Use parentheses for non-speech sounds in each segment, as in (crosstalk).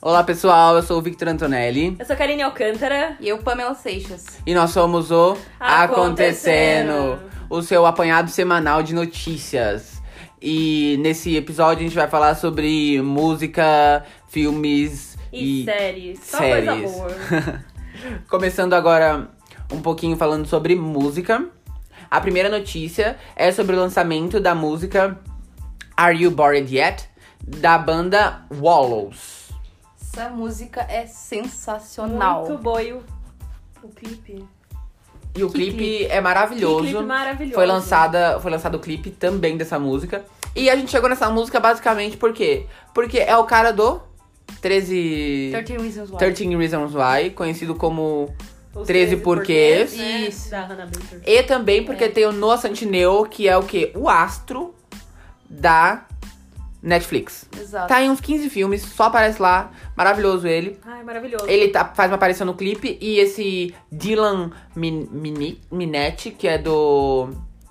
Olá, pessoal. Eu sou o Victor Antonelli. Eu sou a Karine Alcântara. E eu, Pamela Seixas. E nós somos o Acontecendo. o seu apanhado semanal de notícias. E nesse episódio a gente vai falar sobre música, filmes E, e. séries. Só séries. (laughs) coisa boa. Começando agora um pouquinho falando sobre música. A primeira notícia é sobre o lançamento da música Are You Bored Yet? da banda Wallows. Essa música é sensacional. Muito boio. O clipe. E o Que clipe, clipe. é maravilhoso. Que clipe maravilhoso. Foi lançada, foi lançado o clipe também dessa música. E a gente chegou nessa música basicamente por quê? Porque é o cara do 13 13 Reasons Why. 13 Reasons Why, conhecido como Os 13 porquês. né, Isso. Da Hannah Baker. e também porque É. tem o Noah Centineo, que é o quê? O astro da Netflix. Exato. Tá em uns 15 filmes, só aparece lá, maravilhoso ele. Ai, maravilhoso. Ele tá- faz uma aparição no clipe e esse Dylan Min- Mini- Minetti, que é do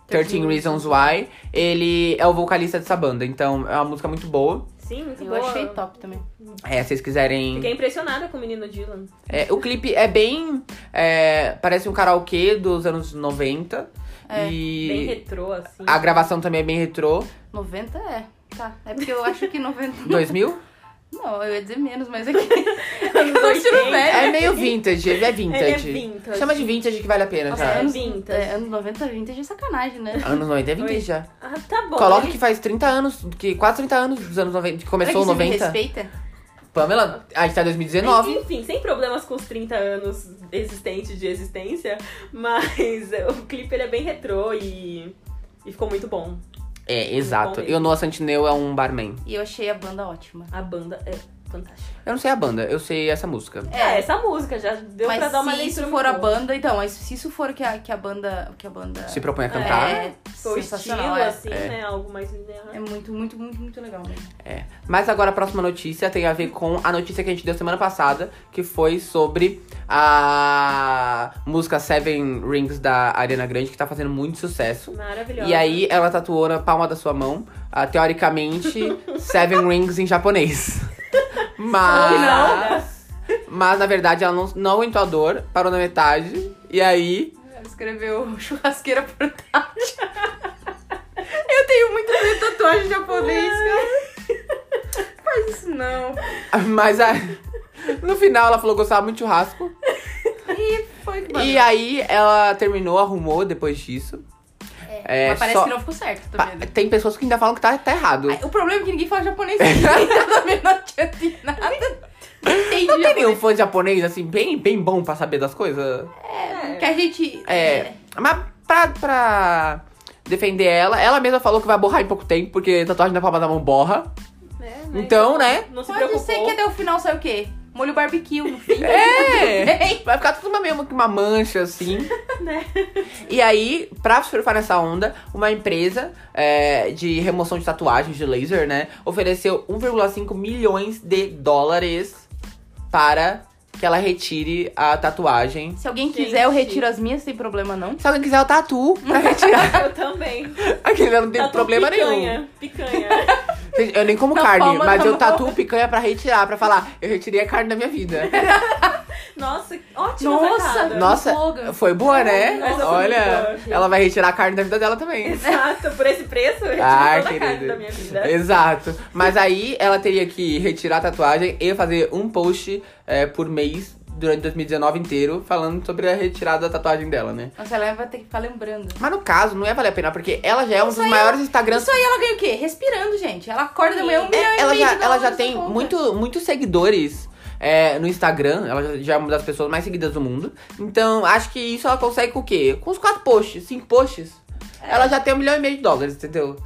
13 Reasons Why, ele é o vocalista dessa banda. Então é uma música muito boa. Sim, muito Eu boa. achei top também. É, se vocês quiserem. Fiquei impressionada com o menino Dylan. É, o clipe é bem. é, parece um karaokê dos anos 90. É, e Bem retrô, assim. (laughs) a gravação também é bem retrô. 90 é. Tá. É porque eu acho que 90. 2000? (laughs) Não, eu ia dizer menos, mas é que. (laughs) Anos Eu tiro 80. (laughs) velho. É meio vintage, ele é Ele é vintage. vintage. Chama de vintage que vale a pena, Nossa, cara. anos- vintage. É, anos 90 vintage é sacanagem, né? Anos 90 é vintage Oi. já. Ah, tá bom. Coloca Ele- que faz 30 anos, que quase 30 anos dos anos 90, que começou Será que você me 90. respeita? Pamela, a gente tá em 2019. Enfim, sem problemas com os 30 anos existentes de existência, mas (laughs) é, o clipe ele é bem retrô e, e ficou muito bom. É, exato. Bom E o Noah Santineu é um barman. E eu achei a banda ótima. A banda é fantástica. Eu não sei a banda, eu sei essa música. É, essa música já deu mas pra dar uma se leitura isso muito for a boa. banda, então, mas se isso for o que a, que a banda. o Que a banda Se propõe a cantar. É, Foi o estilo, sensacional. é. assim, né? Algo mais linear. É muito, muito, muito, muito legal mesmo. É. Mas agora a próxima notícia tem a ver com a notícia que a gente deu semana passada, que foi sobre a música Seven Rings da Ariana Grande, que tá fazendo muito sucesso. Maravilhosa. E aí ela tatuou na palma da sua mão, ah, teoricamente, (laughs) Seven Rings em japonês. (laughs) Ah. ah. né? Né, Mas. Mas na verdade ela não, não aguentou a dor, parou na metade. E aí. (laughs) Ela escreveu (laughs) churrasqueira portátil. (laughs) eu tenho muito medo de tatuagem japonês, cara. (laughs) Faz isso não. Mas aí, no final ela falou que gostava muito de churrasco. E foi E aí ela terminou, arrumou depois disso. É, Mas parece só- que não ficou certo, tá Pa- vendo? Tem pessoas que ainda falam que tá, tá errado. Ai, O problema é que ninguém fala japonês. (laughs) tá vendo? Não adianta em nada. (laughs) Não entendi Não tem japonês. nenhum fã de japonês, assim, bem, bem bom pra saber das coisas. É, Que a gente... É. Mas pra, pra defender ela, ela mesma falou que vai borrar em pouco tempo, porque tatuagem na palma da mão borra. (laughs) É, mas Então, né? Não se Pode preocupou. ser que é até o final sai o quê? Molho barbecue no fim. É! Vai ficar tudo uma, mesmo que uma mancha, assim. (laughs) Né? E aí, pra surfar nessa onda, uma empresa é, de remoção de tatuagens de laser, né? Ofereceu 1,5 milhões de dólares para que ela retire a tatuagem. Se alguém Gente. quiser, eu retiro as minhas, sem problema não. Se alguém quiser o tatu (laughs) pra retirar, Eu também. aquele não tem Tatu problema nenhum. picanha, (laughs) Picanha. Gente, Eu nem como Na carne, palma mas da eu mão. tatuo picanha pra retirar, pra falar, eu retirei a carne da minha vida. (laughs) Nossa, ótima Nossa, sacada. Nossa, folga. foi boa, né? Essa foi muito Olha, boa, gente. ela vai retirar a carne da vida dela também. Exato, por esse preço, eu retiro Ah, toda a carne querida. da minha vida. Exato. Mas aí ela teria que retirar a tatuagem e fazer um post eh, por mês durante 2019 inteiro falando sobre a retirada da tatuagem dela, né? Nossa, ela vai ter que ficar lembrando. Mas no caso, não ia valer a pena, porque ela já é um Isso dos aí maiores Instagrams. Isso aí ela ganha o quê? Respirando, gente. Ela acorda da manhã um É, milhão e Ela meio já, de ela já dólares tem na conta. muito, muitos seguidores. eh, no Instagram, ela já- já é uma das pessoas mais seguidas do mundo. Então, acho que isso ela consegue com o quê? Com uns quatro posts, cinco posts. Ela já tem um milhão e meio de dólares, entendeu?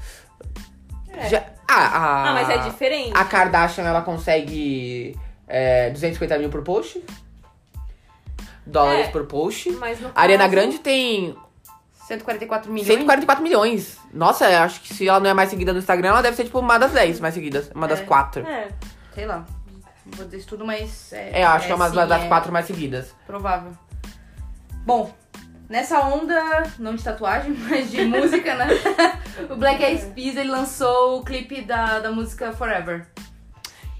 É. Já- ah, ah, Ah, mas é diferente. A Kardashian, ela consegue é, 250 mil por post. Dólares É. por post. Mas no A Ariana caso- Grande tem 144 milhões. 144 milhões. Nossa, eu acho que se ela não é mais seguida no Instagram, ela deve ser tipo uma das 10 mais seguidas. Uma das É. 4. É. Sei lá. Não Vou dizer isso tudo, mas. É, eu acho que é uma sim, das é 4 mais seguidas. Provável. Bom, nessa onda, não de tatuagem, (laughs) mas de música, né? (laughs) o Black Eyed Peas ele lançou o clipe da, da música Forever.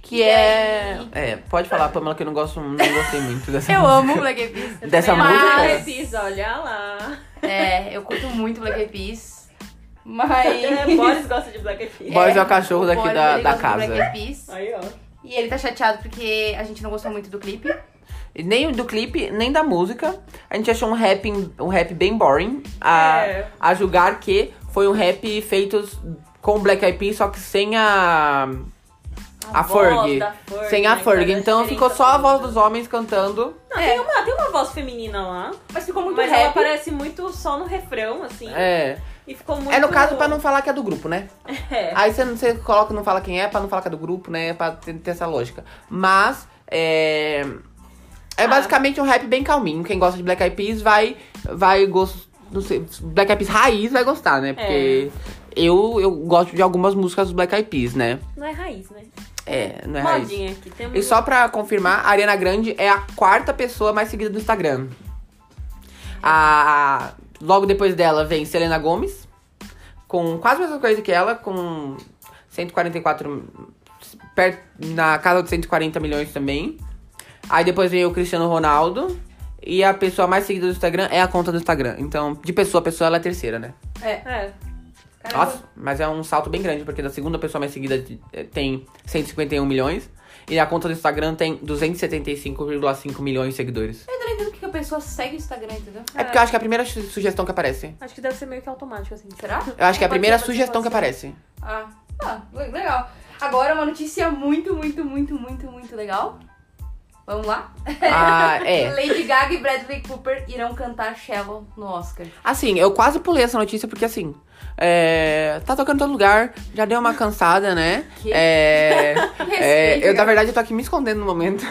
Que é... é. Pode falar, Pamela, que eu não gosto, não gostei (laughs) muito dessa Eu música. amo Black Eyed Peas. Dessa Também música? adoro Mas- Black Eyed Peas, olha lá. É, eu curto muito Black Eyed Peas. Mas... (laughs) É, Boris gosta de Black Eyed Peas. Boris é o cachorro daqui Boris, da- ele da gosta do casa. Black Eyed Peas. Aí, ó. E ele tá chateado porque a gente não gostou muito do clipe. E Nem do clipe, nem da música. A gente achou um rap, um rap bem boring. A, É. a julgar que foi um rap feito com Black Eyed Peas, só que sem a... A voz Ferg. da Ferg, Sem a né, Ferg. cara, Então diferente ficou da só a voz outra. dos homens cantando. Não, Ah, tem, uma, tem uma voz feminina lá. Mas ficou muito mas ela rap. aparece muito só no refrão, assim. É. E ficou muito. É no caso pra não falar que é do grupo, né? (laughs) É. Aí você, não- você coloca, não fala quem é, pra não falar que é do grupo, né? Pra ter, ter essa lógica. Mas, é... É Ah. basicamente um rap bem calminho. Quem gosta de Black Eyed Peas vai... Vai gostar... Não sei, Black Eyed Peas raiz vai gostar, né? Porque eu, eu gosto de algumas músicas do Black Eyed Peas, né? Não é raiz, né? É, não é raiz. Modinha aqui. Temos... E só pra confirmar, a Ariana Grande é a quarta pessoa mais seguida do Instagram. A, a- logo depois dela vem Selena Gomes, com quase a mesma coisa que ela, com 144. per- na casa de 140 milhões também. Aí depois vem o Cristiano Ronaldo. E a pessoa mais seguida do Instagram é a conta do Instagram. Então, de pessoa a pessoa, ela é a terceira, né? É. É. Caramba. Nossa, mas é um salto bem grande, porque da segunda pessoa mais seguida de- eh, tem 151 milhões. E a conta do Instagram tem 275,5 milhões de seguidores. Eu ainda não entendo porque a pessoa segue o Instagram, entendeu? É porque eu acho que é a primeira su- sugestão que aparece. Acho que deve ser meio que automático, assim. Será? Eu acho que é a Pode primeira ser, pode ser, sugestão que pode aparece. Ah, ah, le- legal. Agora uma notícia muito, muito, muito, muito, muito legal. Vamos lá? Ah, é. Lady Gaga e Bradley Cooper irão cantar Shallow no Oscar. Assim, eu quase pulei essa notícia porque assim. é, tá tocando em todo lugar, já deu uma cansada, né? Que? (laughs) É, é, Respeito, eu, na cara. verdade, eu tô aqui me escondendo no (laughs) momento.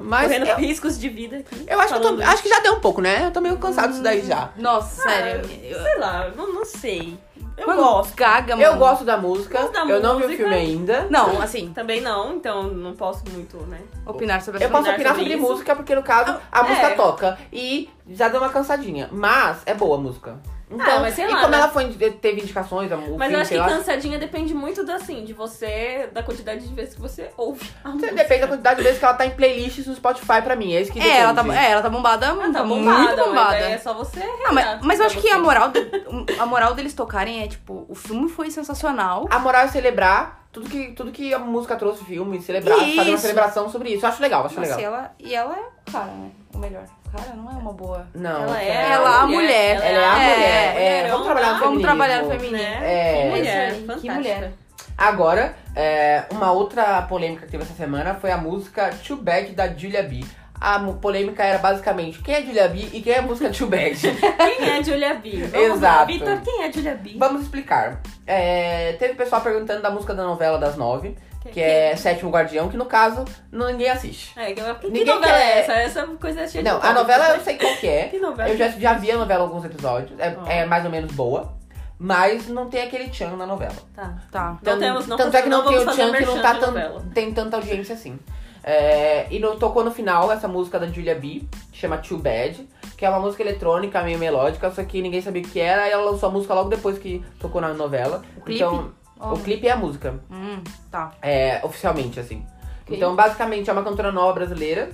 Mas Correndo eu, riscos de vida aqui. eu acho, que eu falando tô, acho que já deu um pouco, né? Eu tô meio cansado disso daí já. Nossa, Ah, sério. Eu- Sei lá, não, não sei. Eu Mano, gosto. Gaga, mano. Eu gosto da música, Gosto da eu não vi o música. filme ainda. Não, assim, Também não, então não posso muito, né? opinar sobre Eu essa posso opinar opinar sobre sobre isso? música, porque no caso a é. música toca. E já deu uma cansadinha. Mas é boa a música. Então, mas sei e lá, como né? ela foi, teve indicações, a música, Mas eu acho sei que lá. cansadinha depende muito da, assim, de você, da quantidade de vezes que você ouve (laughs) Tá a música. Depende da quantidade de vezes que ela tá em playlists no Spotify pra mim. É isso que É, ela tá, depende. é, ela tá bombada, Ah, tá muito bombada, mas bombada. aí é só você Ah, regar, mas, mas pra eu acho que você. a moral, de- a moral deles tocarem é, tipo, o filme foi sensacional. A moral é celebrar tudo que, tudo que a música trouxe, filme, celebrar, fazer uma Isso. celebração sobre isso. Eu acho legal, acho Nossa, e legal. ela, e ela é o cara, né? Ou melhor, o cara não é uma boa. Não, Ela isso é Ela, a mulher. Ela é a É, mulher. É, vamos mulherão, trabalhar no tá? feminismo. Vamos trabalhar no feminismo. É. Que mulher, Isso aí, que fantástica. mulher. Agora, é, uma outra polêmica que teve essa semana foi a música Too Bad da Julia B. A mu- polêmica era basicamente quem é Julia B e quem é a música Too Bad. Quem é Julia B? Vamos Exato. Lá, Vitor, quem é Julia B? Vamos explicar. É, teve pessoal perguntando da música da novela das nove, que Quem- é Sétimo Guardião, que no caso não- ninguém assiste. É, que, que Ninguém novela quer- é essa? Essa coisa é cheia de Não, a tópicos, novela eu né? sei qual que é. Que novela? Eu já, já vi a novela alguns episódios, é, Ah. é mais ou menos boa, mas não tem aquele tchan na novela. Tá. Tá. Não temos, não tanto é que não tem vamos o fazer Chan que não merchan tá de tan- novela. tem tanta audiência assim. É, e no- tocou no final essa música da Julia B, que chama Too Bad, que é uma música eletrônica, meio melódica, só que ninguém sabia o que era, e ela lançou a música logo depois que tocou na novela. clipe? Então, Ó. o clipe é a música. Hum, tá. É, oficialmente, assim. Ok. Então, basicamente, é uma cantora nova brasileira.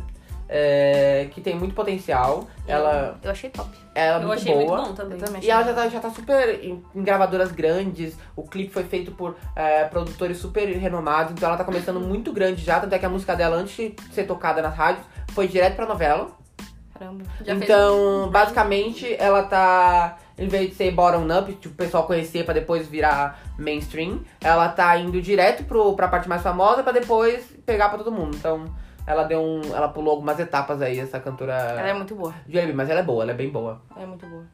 é, que tem muito potencial. Ela, Eu achei top. ela é Eu muito achei boa. muito bom também. Eu também achei E ela já tá, já tá super em, em gravadoras grandes, o clipe foi feito por é, produtores super renomados, então ela tá começando Uhum. muito grande já, tanto é que a música dela, antes de ser tocada nas rádios, foi direto pra novela. Caramba. Já fez um então, basicamente, ela tá, em vez de ser bottom-up, tipo, o pessoal conhecer pra depois virar mainstream, ela tá indo direto pro, pra parte mais famosa pra depois pegar pra todo mundo. Então, ela deu um. Ela pulou algumas etapas aí, essa cantora. Ela é muito boa. Jeremy, mas ela é boa, ela é bem boa. Ela é muito boa.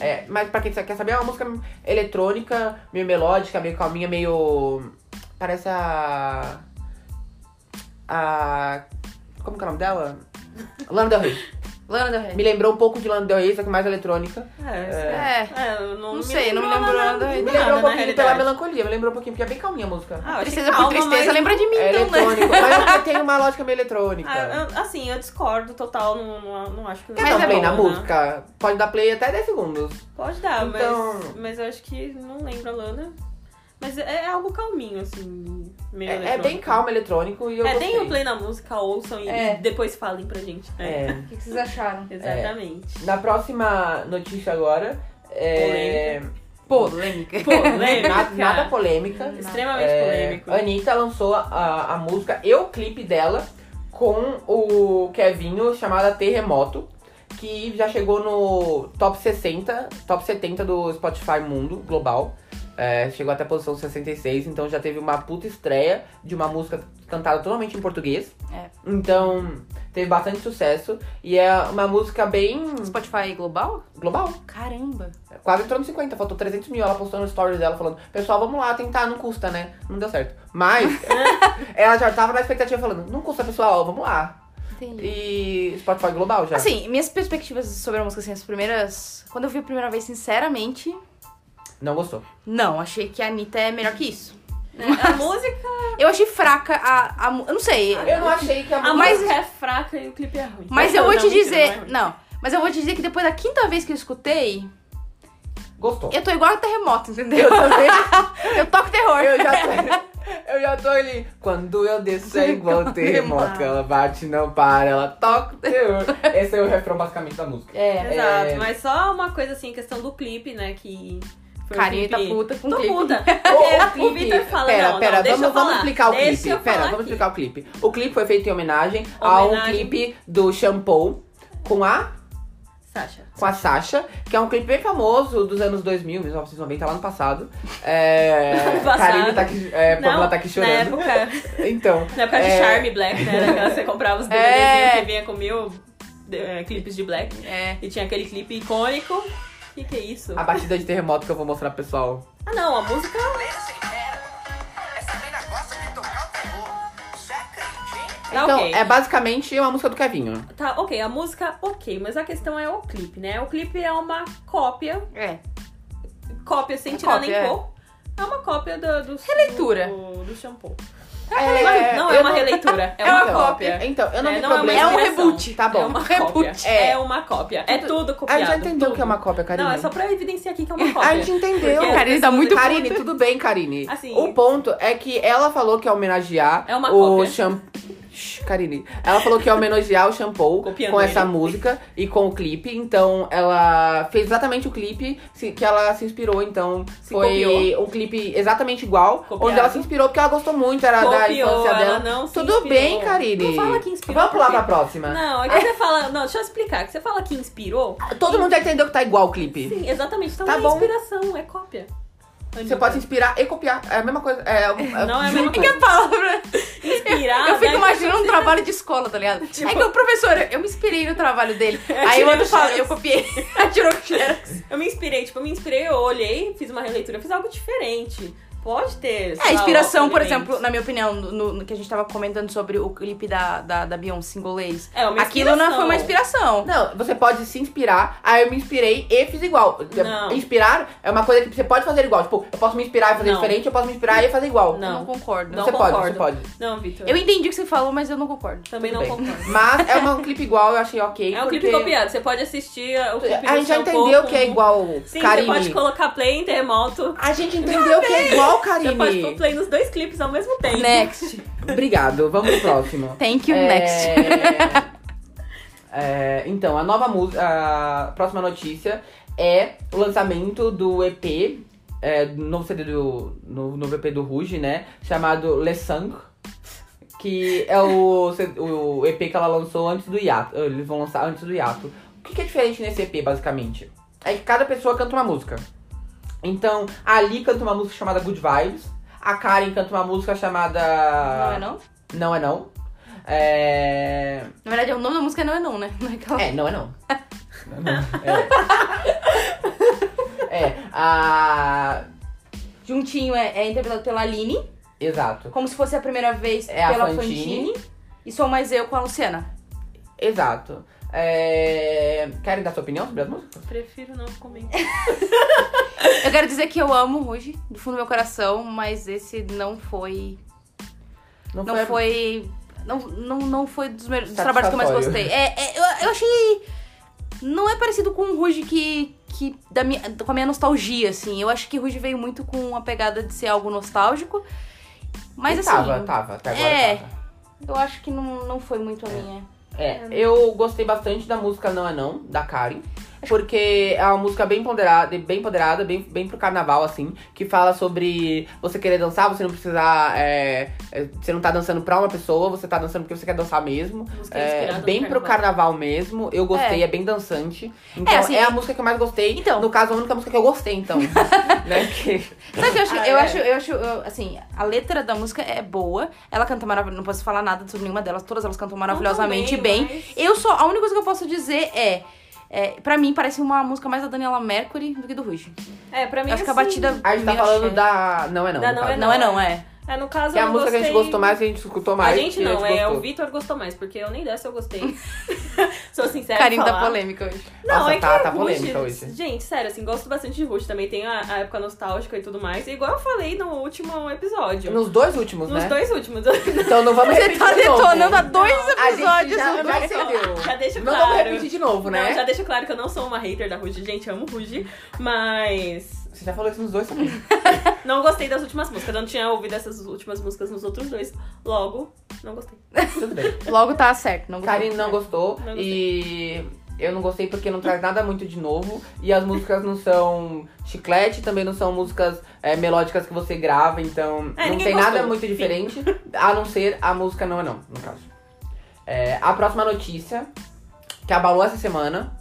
É, mas pra quem quer saber, é uma música eletrônica, meio melódica, meio calminha, meio. Parece a. A. Como que é o nome dela? Lana Del Rey. Lana Del Rey. Me lembrou um pouco de Lana Del Rey, só que mais eletrônica. É, É. é, eu não, Não me sei, não me lembrou lembrou nada. Me Me nada, lembrou um pouquinho na pela realidade. melancolia, me lembrou um pouquinho, porque é bem calminha a música. Ah, eu achei Tristeza por calma, tristeza, mas- lembra de mim é então, né? eletrônico, mas tem uma lógica meio eletrônica. Ah, eu- assim, eu discordo total, não, não, não acho que... Quer mas dar um é play bom, na né? música? Pode dar play até 10 segundos. Pode dar, Então- mas, mas eu acho que não lembro a Lana. Mas é, é algo calminho, assim, meio É, é bem eletrônico. calmo, eletrônico e eu É, deem gostei. o play na música, ouçam e É. depois falem pra gente. né? É. (laughs) O que que vocês acharam? Exatamente. Na próxima notícia agora... É... Polêmica. Polêmica. Nada, nada polêmica. Extremamente É, polêmico. né? Anitta lançou a, a música e o clipe dela com o Kevinho chamada Terremoto, que já chegou no top 60, top 70 do Spotify Mundo Global. É, chegou até a posição 66, então já teve uma puta estreia de uma música cantada totalmente em português. É. Então teve bastante sucesso e é uma música bem Spotify global? global. Caramba. Quase entrou nos 50, faltou 300 mil. Ela postou no stories dela falando: Pessoal, vamos lá tentar, não custa, né? Não deu certo. (laughs) Mas ela já tava na expectativa falando: Não custa, pessoal, vamos lá. Entendi. E Spotify Global já. Assim, minhas perspectivas sobre a música, assim, as primeiras... Quando eu vi a primeira vez, sinceramente, Não gostou. não. Achei que a Anitta é melhor que isso. A música, Eu achei fraca a... a mu- eu não sei. Eu não achei que a a música. Ah, mas- música é fraca e o clipe é ruim. Mas eu vou Não, te mentira, não é dizer... ruim. Não. Mas eu vou te dizer que depois da quinta vez que eu escutei, Gostou. eu tô igual a terremoto, (laughs) entendeu? eu toco terror. Eu já (laughs) tô. Eu já tô ali. Quando eu desço é igual terremoto. Ela bate, não para, ela toca o terror. (laughs) Esse é o refrão basicamente da música. É. Exato, É. mas só uma coisa assim, questão do clipe, né, que... foi um Carinha tá clipe- puta com Tô clipe. (laughs) puta. O, Porque o o Vitor clipe. fala, pera, não, pera, não, deixa vamos, eu falar. vamos explicar o Deixa clipe. eu Pera, falar vamos aqui. explicar o clipe. O clipe foi feito em homenagem, a um Homenagem. clipe do Shampoo com a, Sasha. com a Sasha, que é um clipe bem famoso dos anos 2000, 1990, lá no passado. É, Ano (laughs) passado. Karine tá aqui, é, Pamela Não, né? tá aqui Na chorando. época... Então, Na época É. de Charme Black, né? Daquela que você comprava (laughs) os DVDzinhos É. que vinha com mil eh, clipes de Black. É. E tinha aquele clipe icônico. O que, que é isso? a batida de terremoto que eu vou mostrar pro pessoal. Ah, não, a música. Essa menina gosta de tocar o terror. Você acredita? Tá então, ok. é basicamente uma música do Kevinho. Tá, ok, a música, ok, mas a questão é o clipe, né? O clipe é uma cópia, É. cópia sem Uma tirar cópia, é. nem pôr. É. uma cópia do, do Releitura. Do, do shampoo. É, não eu é (laughs) uma releitura, é, uma então, cópia. Então, eu não É, vi não é uma problema. inspiração. Tá bom. É uma cópia. (laughs) Reboot. É. É, uma cópia. É Tudo- tudo a copiado. gente já entendeu tudo. que é uma cópia, Karine. Não, é só pra evidenciar aqui que é (laughs) uma cópia. A gente entendeu. Porque- Karine tá muito Karine, puta. tudo bem, Karine. Assim. o ponto é que ela falou que ia homenagear É uma o cópia. shampoo. Karine. Ela falou que ia homenagear o shampoo (laughs) Copiando com essa ele. música e com o clipe. Então, ela fez exatamente o clipe se- que ela se inspirou. Então, foi copiou. um clipe exatamente igual. Copiado. Onde ela se inspirou porque ela gostou muito, era da Copiou, infância ela dela. não se tudo inspirou. bem, Karine. Não fala que inspirou. Vamos pular por pra quê? próxima. Não, é que você fala. Não, deixa eu explicar. Que você fala que inspirou. Todo mundo já entendeu que tá igual o clipe. Sim, exatamente. Então Tá não é bom. inspiração, é cópia. Você pode se inspirar e copiar. É a mesma coisa. É, é, Não é a junto. mesma Que a palavra... (laughs) inspirar. né? eu fico daí- imaginando um trabalho de escola, tá ligado? Tipo- É, Aí que o professor, eu me inspirei no trabalho dele. Aí tirei o outro o fala, xerox. (laughs) eu copiei. Aí tirou o xerox. Eu me inspirei, tipo, eu me inspirei, eu olhei, fiz uma releitura, fiz algo diferente. Pode ter. sei É, lá, um inspiração, por elementos. exemplo, na minha opinião, no, no que a gente tava comentando sobre o clipe da, da, da Beyoncé em inglês. É, uma Aquilo não foi uma inspiração. inspiração. Não, você pode se inspirar. Ah, eu me inspirei e fiz igual. Não. Inspirar é uma coisa que você pode fazer igual. Tipo, eu posso me inspirar e fazer Não. diferente, eu posso me inspirar e fazer igual. Eu não concordo. Não você pode, você concordo. pode. Não, Vitor. Eu entendi o que você falou, mas eu não concordo. também Tudo não bem. concordo. Mas é uma- um clipe igual, eu achei ok. É um porque- clipe copiado. Você pode assistir o clipe A do gente já Shampoo entendeu com- que é igual, Sim, Karine. você pode colocar play em terremoto. A gente entendeu que é igual, Karine. Né? Você pode pôr play nos dois clipes ao mesmo tempo. Next. Obrigado, vamos pro próximo. Thank you, É, next. (laughs) é, então, a nova música. A próxima notícia é o lançamento do EP, é, do novo CD do. No, novo EP do Ruge, né? Chamado Le Sang. Que é o, C- o EP que ela lançou antes do hiato. Ah, Eles vão lançar antes do hiato. O que, que é diferente nesse EP, basicamente? É que cada pessoa canta uma música. Então, a Ali canta uma música chamada Good Vibes. A Karen canta uma música chamada. Não é não? Não é não. É. Na verdade, o nome da música não é não, né? Não é aquela... É, não é não. Não é não. É. É, a. Juntinho é, é interpretado pela Aline, Exato. como se fosse a primeira vez É a pela Fantine. Fantine. E sou mais eu com a Luciana. Exato. É... Querem dar sua opinião sobre as músicas? Prefiro não comentar. Eu quero dizer que eu amo hoje, do fundo do meu coração, mas esse não foi. Não a- foi. Não, não, não foi dos, me- dos trabalhos que eu mais Satisfatório. gostei. É, é, eu, eu achei. Não é parecido com o Ruge que, que da minha, com a minha nostalgia, assim. Eu acho que Ruge veio muito com a pegada de ser algo nostálgico. Mas E assim, Tava, tava, até agora é. tava. eu acho que não, não foi muito a minha. É, eu gostei bastante da música Não É Não, da Karen. Porque é uma música bem ponderada, bem ponderada, bem, bem pro carnaval, assim, que fala sobre você querer dançar, você não precisar. é, é, você não tá dançando pra uma pessoa, você tá dançando porque você quer dançar mesmo. Música É, tá inspirada no bem pro carnaval mesmo, eu gostei, é, É. bem dançante. Então é, É, assim, a música que eu mais gostei. Então. No caso, a única música que eu gostei, então. né? que- Sabe o que eu acho? Ah, eu, é. acho eu acho, eu- assim, a letra da música é boa. Ela canta maravilhosa. Não posso falar nada sobre nenhuma delas. Todas elas cantam maravilhosamente Não bem. também, mas- Eu só. A única coisa que eu posso dizer é. é pra mim, parece uma música mais da Daniela Mercury do que do Ruge. É, pra mim Acho que a assim, batida. A gente tá meio falando chata. da. Não é não. Da no Não caso. É Não é, não, é. É, no caso, Que é a eu música que a gente gostei- gostou mais, que a gente escutou mais. A gente e não, é gostou. o Vitor gostou mais, porque eu nem dessa eu (laughs) gostei. Sou sincera. em Carinho da falar. polêmica tá hoje. Não, Nossa, é que tá- a tá Rush- polêmica hoje. Gente, sério, assim, gosto bastante de Rush. Também tem a, a época nostálgica e tudo mais. E igual eu falei no último episódio. Nos dois últimos, nos né? dois últimos. (laughs) Não, Então não vamos Você repetir tá de novo. detonando há dois A gente já- episódios. já, o Ruge. (laughs) entendeu. Já deixa não claro. vamos repetir de novo, né? já deixa claro que eu não sou uma hater da Ruge. Gente, amo Ruge. Mas Você já falou isso nos dois também. (laughs) não gostei das últimas músicas. Eu não tinha ouvido essas últimas músicas nos outros dois. Logo, não gostei. Tudo bem. Logo tá certo. Não gostei. Karine não gostou Não e eu não gostei porque não traz nada muito de novo. E as músicas não são chiclete, também não são músicas é, melódicas que você grava, então É, não ninguém tem gostou. nada muito diferente, a não ser a música não é não, no caso. É, a próxima notícia, que abalou essa semana,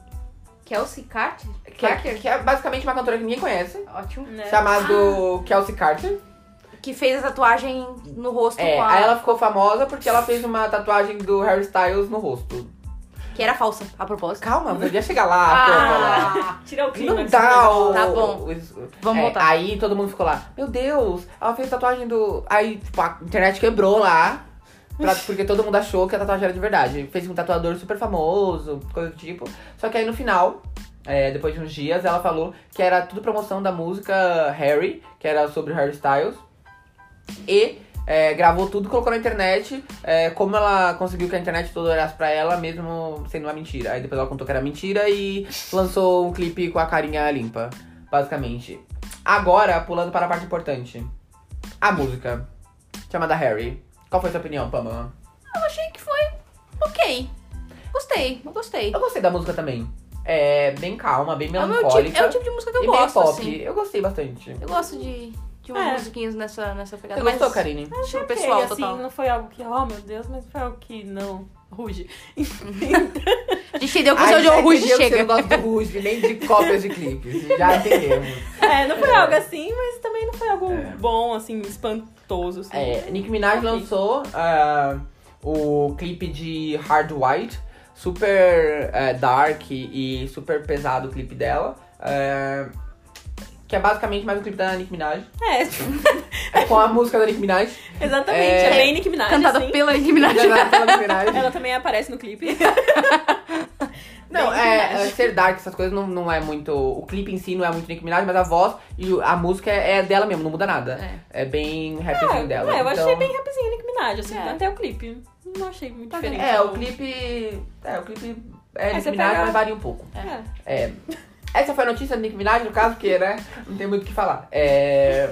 Kelsey Carter? que é, que é basicamente uma cantora que ninguém conhece, Ótimo. Né? chamado Kelsey Carter. Que fez a tatuagem no rosto É, com a... aí ela ficou famosa porque ela fez uma tatuagem do Harry Styles no rosto. Que era falsa, a propósito. Calma, eu ia chegar Ah, lá. pra eu um falar. Tira o clima. Não dá o... Tá bom. o- o- Vamos é, voltar. Aí todo mundo ficou lá, meu Deus, ela fez tatuagem do... Aí, tipo, a internet quebrou lá. pra- porque todo mundo achou que a tatuagem era de verdade. Fez com um tatuador super famoso, coisa do tipo. Só que aí no final, é, depois de uns dias, ela falou que era tudo promoção da música Harry, que era sobre Harry Styles. E é, gravou tudo, colocou na internet. é, como ela conseguiu que a internet toda olhasse pra ela, mesmo sendo uma mentira. Aí depois ela contou que era mentira e lançou um clipe com a carinha limpa, basicamente. Agora, pulando para a parte importante. A música, chamada Harry. Qual foi sua opinião, Pamela? ah. Eu achei que foi ok. Gostei, eu gostei. Eu gostei da música também. É bem calma, bem É o, meu tipo, melancólica. é o tipo de música que eu e meio gosto, pop. assim. Eu gostei bastante. Eu gosto de, de umas É. musiquinhas nessa, nessa pegada. Você mas gostou, Karine? Estilo Ok, pessoal assim, total. não foi algo que, oh meu Deus, mas foi algo que não. Ruge. (laughs) A gente entendeu que o Ai, seu já John Ruge entendeu que Você chega. não gosta do Ruge, nem de cópias de clipes. (laughs) Já entendemos. É, não foi algo assim, mas também não foi algo É. bom, assim, espantoso. Assim. É, Nicki Minaj lançou ah, o clipe de Hard White, super eh, dark e super pesado o clipe dela. eh, que é basicamente mais um clipe da Nicki Minaj. É, (laughs) É com a música da Nicki Minaj. (laughs) exatamente. É. É, bem Nicki Minaj, Cantada assim. pela Nicki Minaj. gravada pela Nicki Minaj. Ela também aparece (laughs) no clipe. Não, Bem é, Nicki é, Minaj. ser dark, essas coisas não, não é muito. O clipe em si não é muito Nicki Minaj, mas a voz e o- a música é dela mesmo, não muda nada. É. (laughs) É, bem rapzinho dela. é, eu então- achei bem rapzinho Nicki Minaj, assim, É. até o clipe. Não achei muito Tá diferente. Então, É, o clipe. É, o clipe é Aí Nicki você Minaj, pega- mas varia um pouco. É. É. Essa foi a notícia do Nick Minaj, no caso, porque, né? Não tem muito o que falar. É,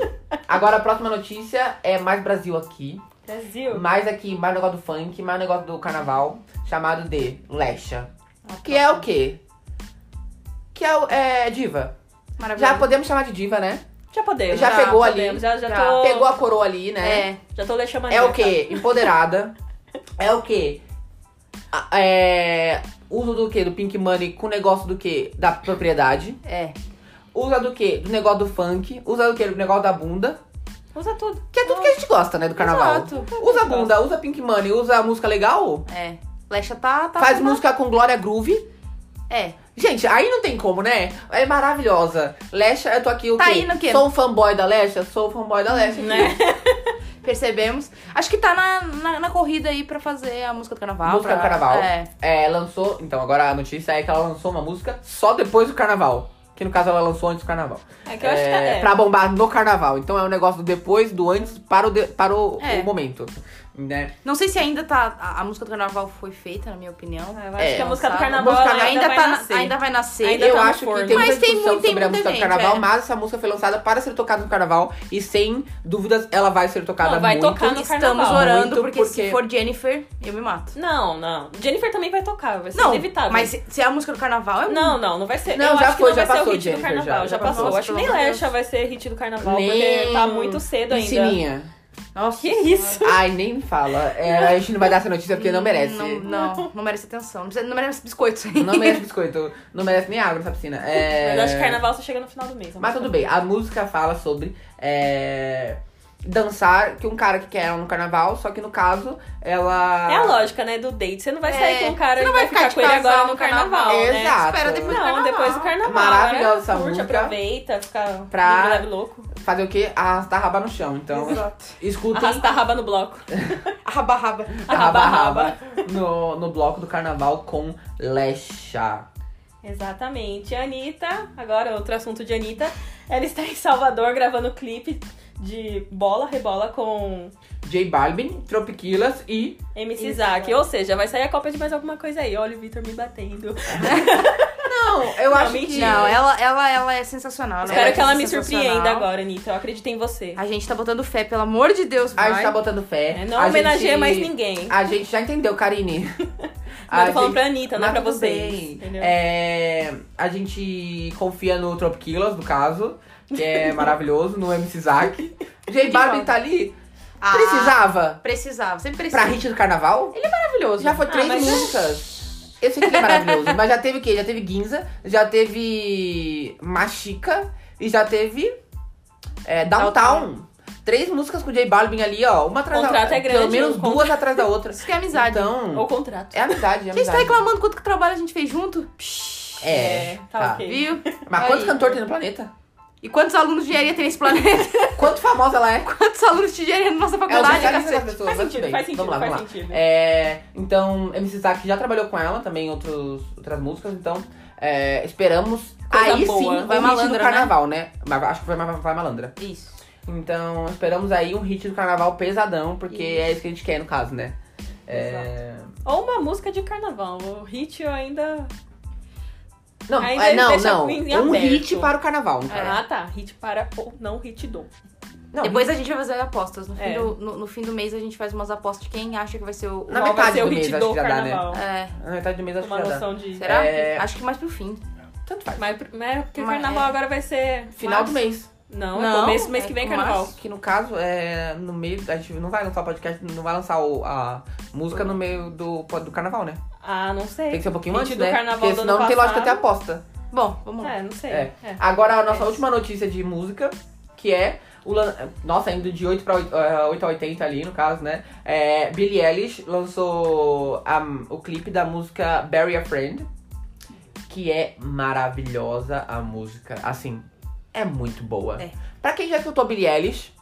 Agora a próxima notícia é mais Brasil aqui. Brasil. Mais aqui, mais negócio do funk, mais negócio do carnaval, chamado de Lecha. Que é o quê? Que é, o- é diva. Já Maravilhoso. podemos chamar de diva, né? Já podemos. Já pegou ali. podemos, Já, já, Já. tô. Pegou a coroa ali, né? É. Já tô deixando É o quê? Empoderada. É o quê? A- É. Uso do quê? Do Pink Money com negócio do quê? Da propriedade. É. Usa do quê? Do negócio do funk. Usa do quê? Do negócio da bunda. Usa tudo. Que é tudo que a gente gosta, né? Do carnaval. Exato. Usa bunda, usa Pink Money, usa música legal. É. Flecha tá... tá Faz tá- música com Glória Groove. É. Gente, aí não tem como, né? É maravilhosa. Lesha, eu tô aqui o Tá quê? aí no quê? Sou um fanboy da Lesha? Sou um fanboy da Lesha. Né? Percebemos. Acho que tá na, na, na corrida aí pra fazer a música do carnaval. Música Uhum. pra- do carnaval. É. É, lançou. Então, agora a notícia é que ela lançou uma música só depois do carnaval. Que no caso ela lançou antes do carnaval. É que eu acho que tá. É, É. Pra bombar no carnaval. Então é um negócio do depois, do antes, para o, de- para o, É. o momento. né? Não sei se ainda tá. A, a música do carnaval foi feita, na minha opinião. Ah, eu acho É, que a música do Lançada. carnaval música ainda, ainda, vai tá na- nascer. ainda vai nascer. Ainda eu tá no acho que forno. tem muita Mas tem discussão muito- tem sobre a muito música do evento, carnaval, é. mas essa música foi lançada para ser tocada no carnaval e sem dúvidas ela vai ser tocada Não, vai muito. tocar tá no Estamos carnaval. orando, Muito porque, porque- se for Jennifer, eu me mato. Não, não. Jennifer também vai tocar, vai ser Não, inevitável. mas se, se é a música do carnaval, é Não, não, não vai ser. um- Não, eu já acho foi, que já não vai passou, ser o hit Jennifer, do já, carnaval. Já, já passou. passou, acho que pelo nem amor de Lesha vai ser hit do carnaval, porque Nem tá muito cedo ainda. Piscininha. (laughs) Nossa, Que isso? Ai, nem fala. É, a gente não vai dar essa notícia porque Hum, não merece. Não, Não, não, não merece atenção. Não, precisa- não merece biscoitos. (laughs) merece biscoito. Não merece nem água nessa piscina. É... Mas acho que carnaval só chega no final do mês. Mas tudo bem, a música fala sobre é, dançar que um cara que quer ela no carnaval, só que no caso ela. É a lógica, né, do date. Você não vai sair É, com um cara você e não vai vai ficar, ficar com de ele agora casal no no carnaval, carnaval, né? Exato. Espera depois do Não, carnaval. depois do carnaval. Maravilhosa essa né? Curte, música. aproveita, fica Pra- livre, leve louco. Fazer o quê? Arrastar a raba no chão. Então, Exato. escutem Arrasta a raba no (laughs) bloco. Arraba, raba. raba raba. raba no, no bloco do carnaval com Lecha. Exatamente. A Anitta, agora outro assunto de Anitta. Ela está em Salvador gravando um clipe de bola, rebola com J Balvin, Tropiquilas e. MC Isso. Isaac. Ou seja, vai sair a cópia de mais alguma coisa aí. Olha o Vitor me É, (laughs) batendo. né? Não, eu Não, acho que. mentira. Não, ela, ela, ela é sensacional. né? Espero é que ela me sensacional. surpreenda agora, Anitta. Eu acredito em você. A gente tá botando fé, pelo amor de Deus, A vai. gente tá botando fé. É, não A homenageia gente- mais ninguém. A gente já entendeu, Karine. (laughs) Não, A eu tô falando gente- pra Anitta, não é Mas pra tudo vocês. bem. entendeu? É, a gente confia no Tropiquilas, no caso, que é maravilhoso, no MC (laughs) Zack. J Balvin bom. tá ali. Ah, Precisava. Precisava, sempre Pra precisava. hit do carnaval? Maravilhoso. Já foi três mas- músicas. Eu sei que ele é maravilhoso, mas já teve o quê? Já teve Ginza, já teve Machica e já teve é, Downtown. Três músicas com o J Balvin ali, ó. Uma atrás da Contrato outra. é grande, pelo menos o duas atrás da outra. Isso que é (laughs) amizade. Então, Ou contrato. é amizade, é a gente tá amizade. reclamando quanto que trabalho a gente fez junto, É, tá, tá. ok. viu? Mas Aí. quantos cantores tem no planeta? E quantos alunos de engenharia tem nesse planeta? (laughs) Quanto famosa ela é? Quantos alunos de engenharia na nossa É o faculdade, socialista das cacete? pessoas. Faz mas tudo sentido, bem. faz sentido, Vamos lá, faz vamos lá. sentido. É, então, MC Zack já trabalhou com ela também em outros, outras músicas, então é, esperamos. Coisa aí boa. sim, Vai um hit do Malandra, carnaval, né? Mas Acho que foi Ma- vai malandra. Isso. Então, esperamos aí um hit do carnaval pesadão, porque é isso que a gente quer no caso, né? É... Ou uma música de carnaval. O hit eu ainda. Não, Ainda é, não, deixa não. em Um aberto. hit para o carnaval, no É. caso. Ah, tá. Hit para ou não hit do. Não, Depois a gente vai fazer apostas. No, É. fim do, no, no fim do mês a gente faz umas apostas de quem acha que vai ser o. Na Qual vai metade ser o do mês, hit acho do que já dá, né? carnaval? É, na metade do mês acho que Uma já dá. noção de. será? É. Acho que mais pro fim. Tanto faz. Mas, mas porque o Mas- carnaval agora vai ser. é Final do março. mês. Não, é Não, começo do mês é que vem março. carnaval. Que no caso é no meio. A gente não vai lançar o podcast, não vai lançar o- a música no meio do, do carnaval, né? Ah, não sei. Tem que ser um pouquinho Hit antes, do né? carnaval Porque do senão ano não tem lógica ter passado. aposta. Bom, vamos lá. É, não sei. É. é. Agora a nossa É. última notícia de música, que é o lan- Nossa, indo de 8 pra 8, eh, 8 a 80 ali, no caso, né? É, Billie Eilish lançou a- o clipe da música Bury a Friend, que é maravilhosa a música. Assim, é muito boa. É. Pra quem já escutou Billie Eilish,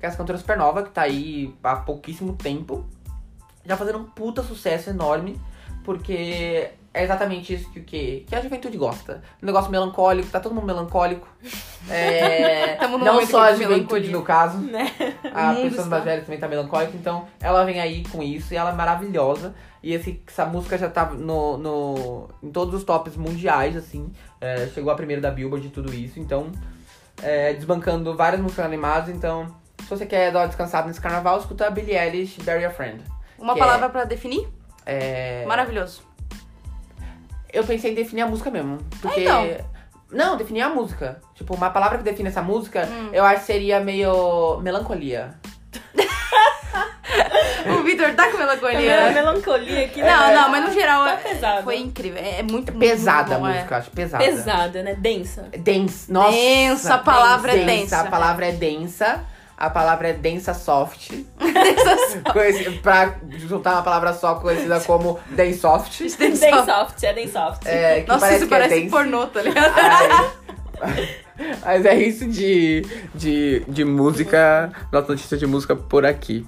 que é essa cantora supernova, que tá aí há pouquíssimo tempo, já fazendo um puta sucesso enorme, porque é exatamente isso que, que, que a juventude gosta. Um negócio melancólico, tá todo mundo melancólico. É, Tamo num não momento só a de juventude, melancolia. no caso. Né? A O mundo pessoa está. mais velha também tá melancólica, então ela vem aí com isso e ela é maravilhosa. E esse, essa música já tá no, no, em todos os tops mundiais, assim. É, chegou a primeira da Billboard e tudo isso, então. é, desbancando várias músicas animadas, então. Se você quer dar uma descansada nesse carnaval, escuta a Billie Eilish, Bury a Friend. Uma Que palavra pra definir? É... Maravilhoso. Eu pensei em definir a música mesmo. Porque. então. Não, definir a música. Tipo, uma palavra que define essa música, Hum. eu acho que seria meio melancolia. O Vitor tá com Primeira né? melancolia. melancolia aqui. Não, não, mas no geral Tá é- pesado. foi incrível. É, é muito, muito Pesada bom, a é. música, eu acho. Pesada. Pesada, né? Densa. Dense. Nossa. Densa, a palavra é densa. A palavra é densa. A palavra é densa soft. (laughs) Essas- Conheci- pra juntar uma palavra só conhecida como dense soft. Densoft, é Densoft. É, que Nossa, parece isso que é parece dense. (laughs) pornô, tá ligado? Ai. Mas é isso de, de, de música, nossa notícia de música por aqui.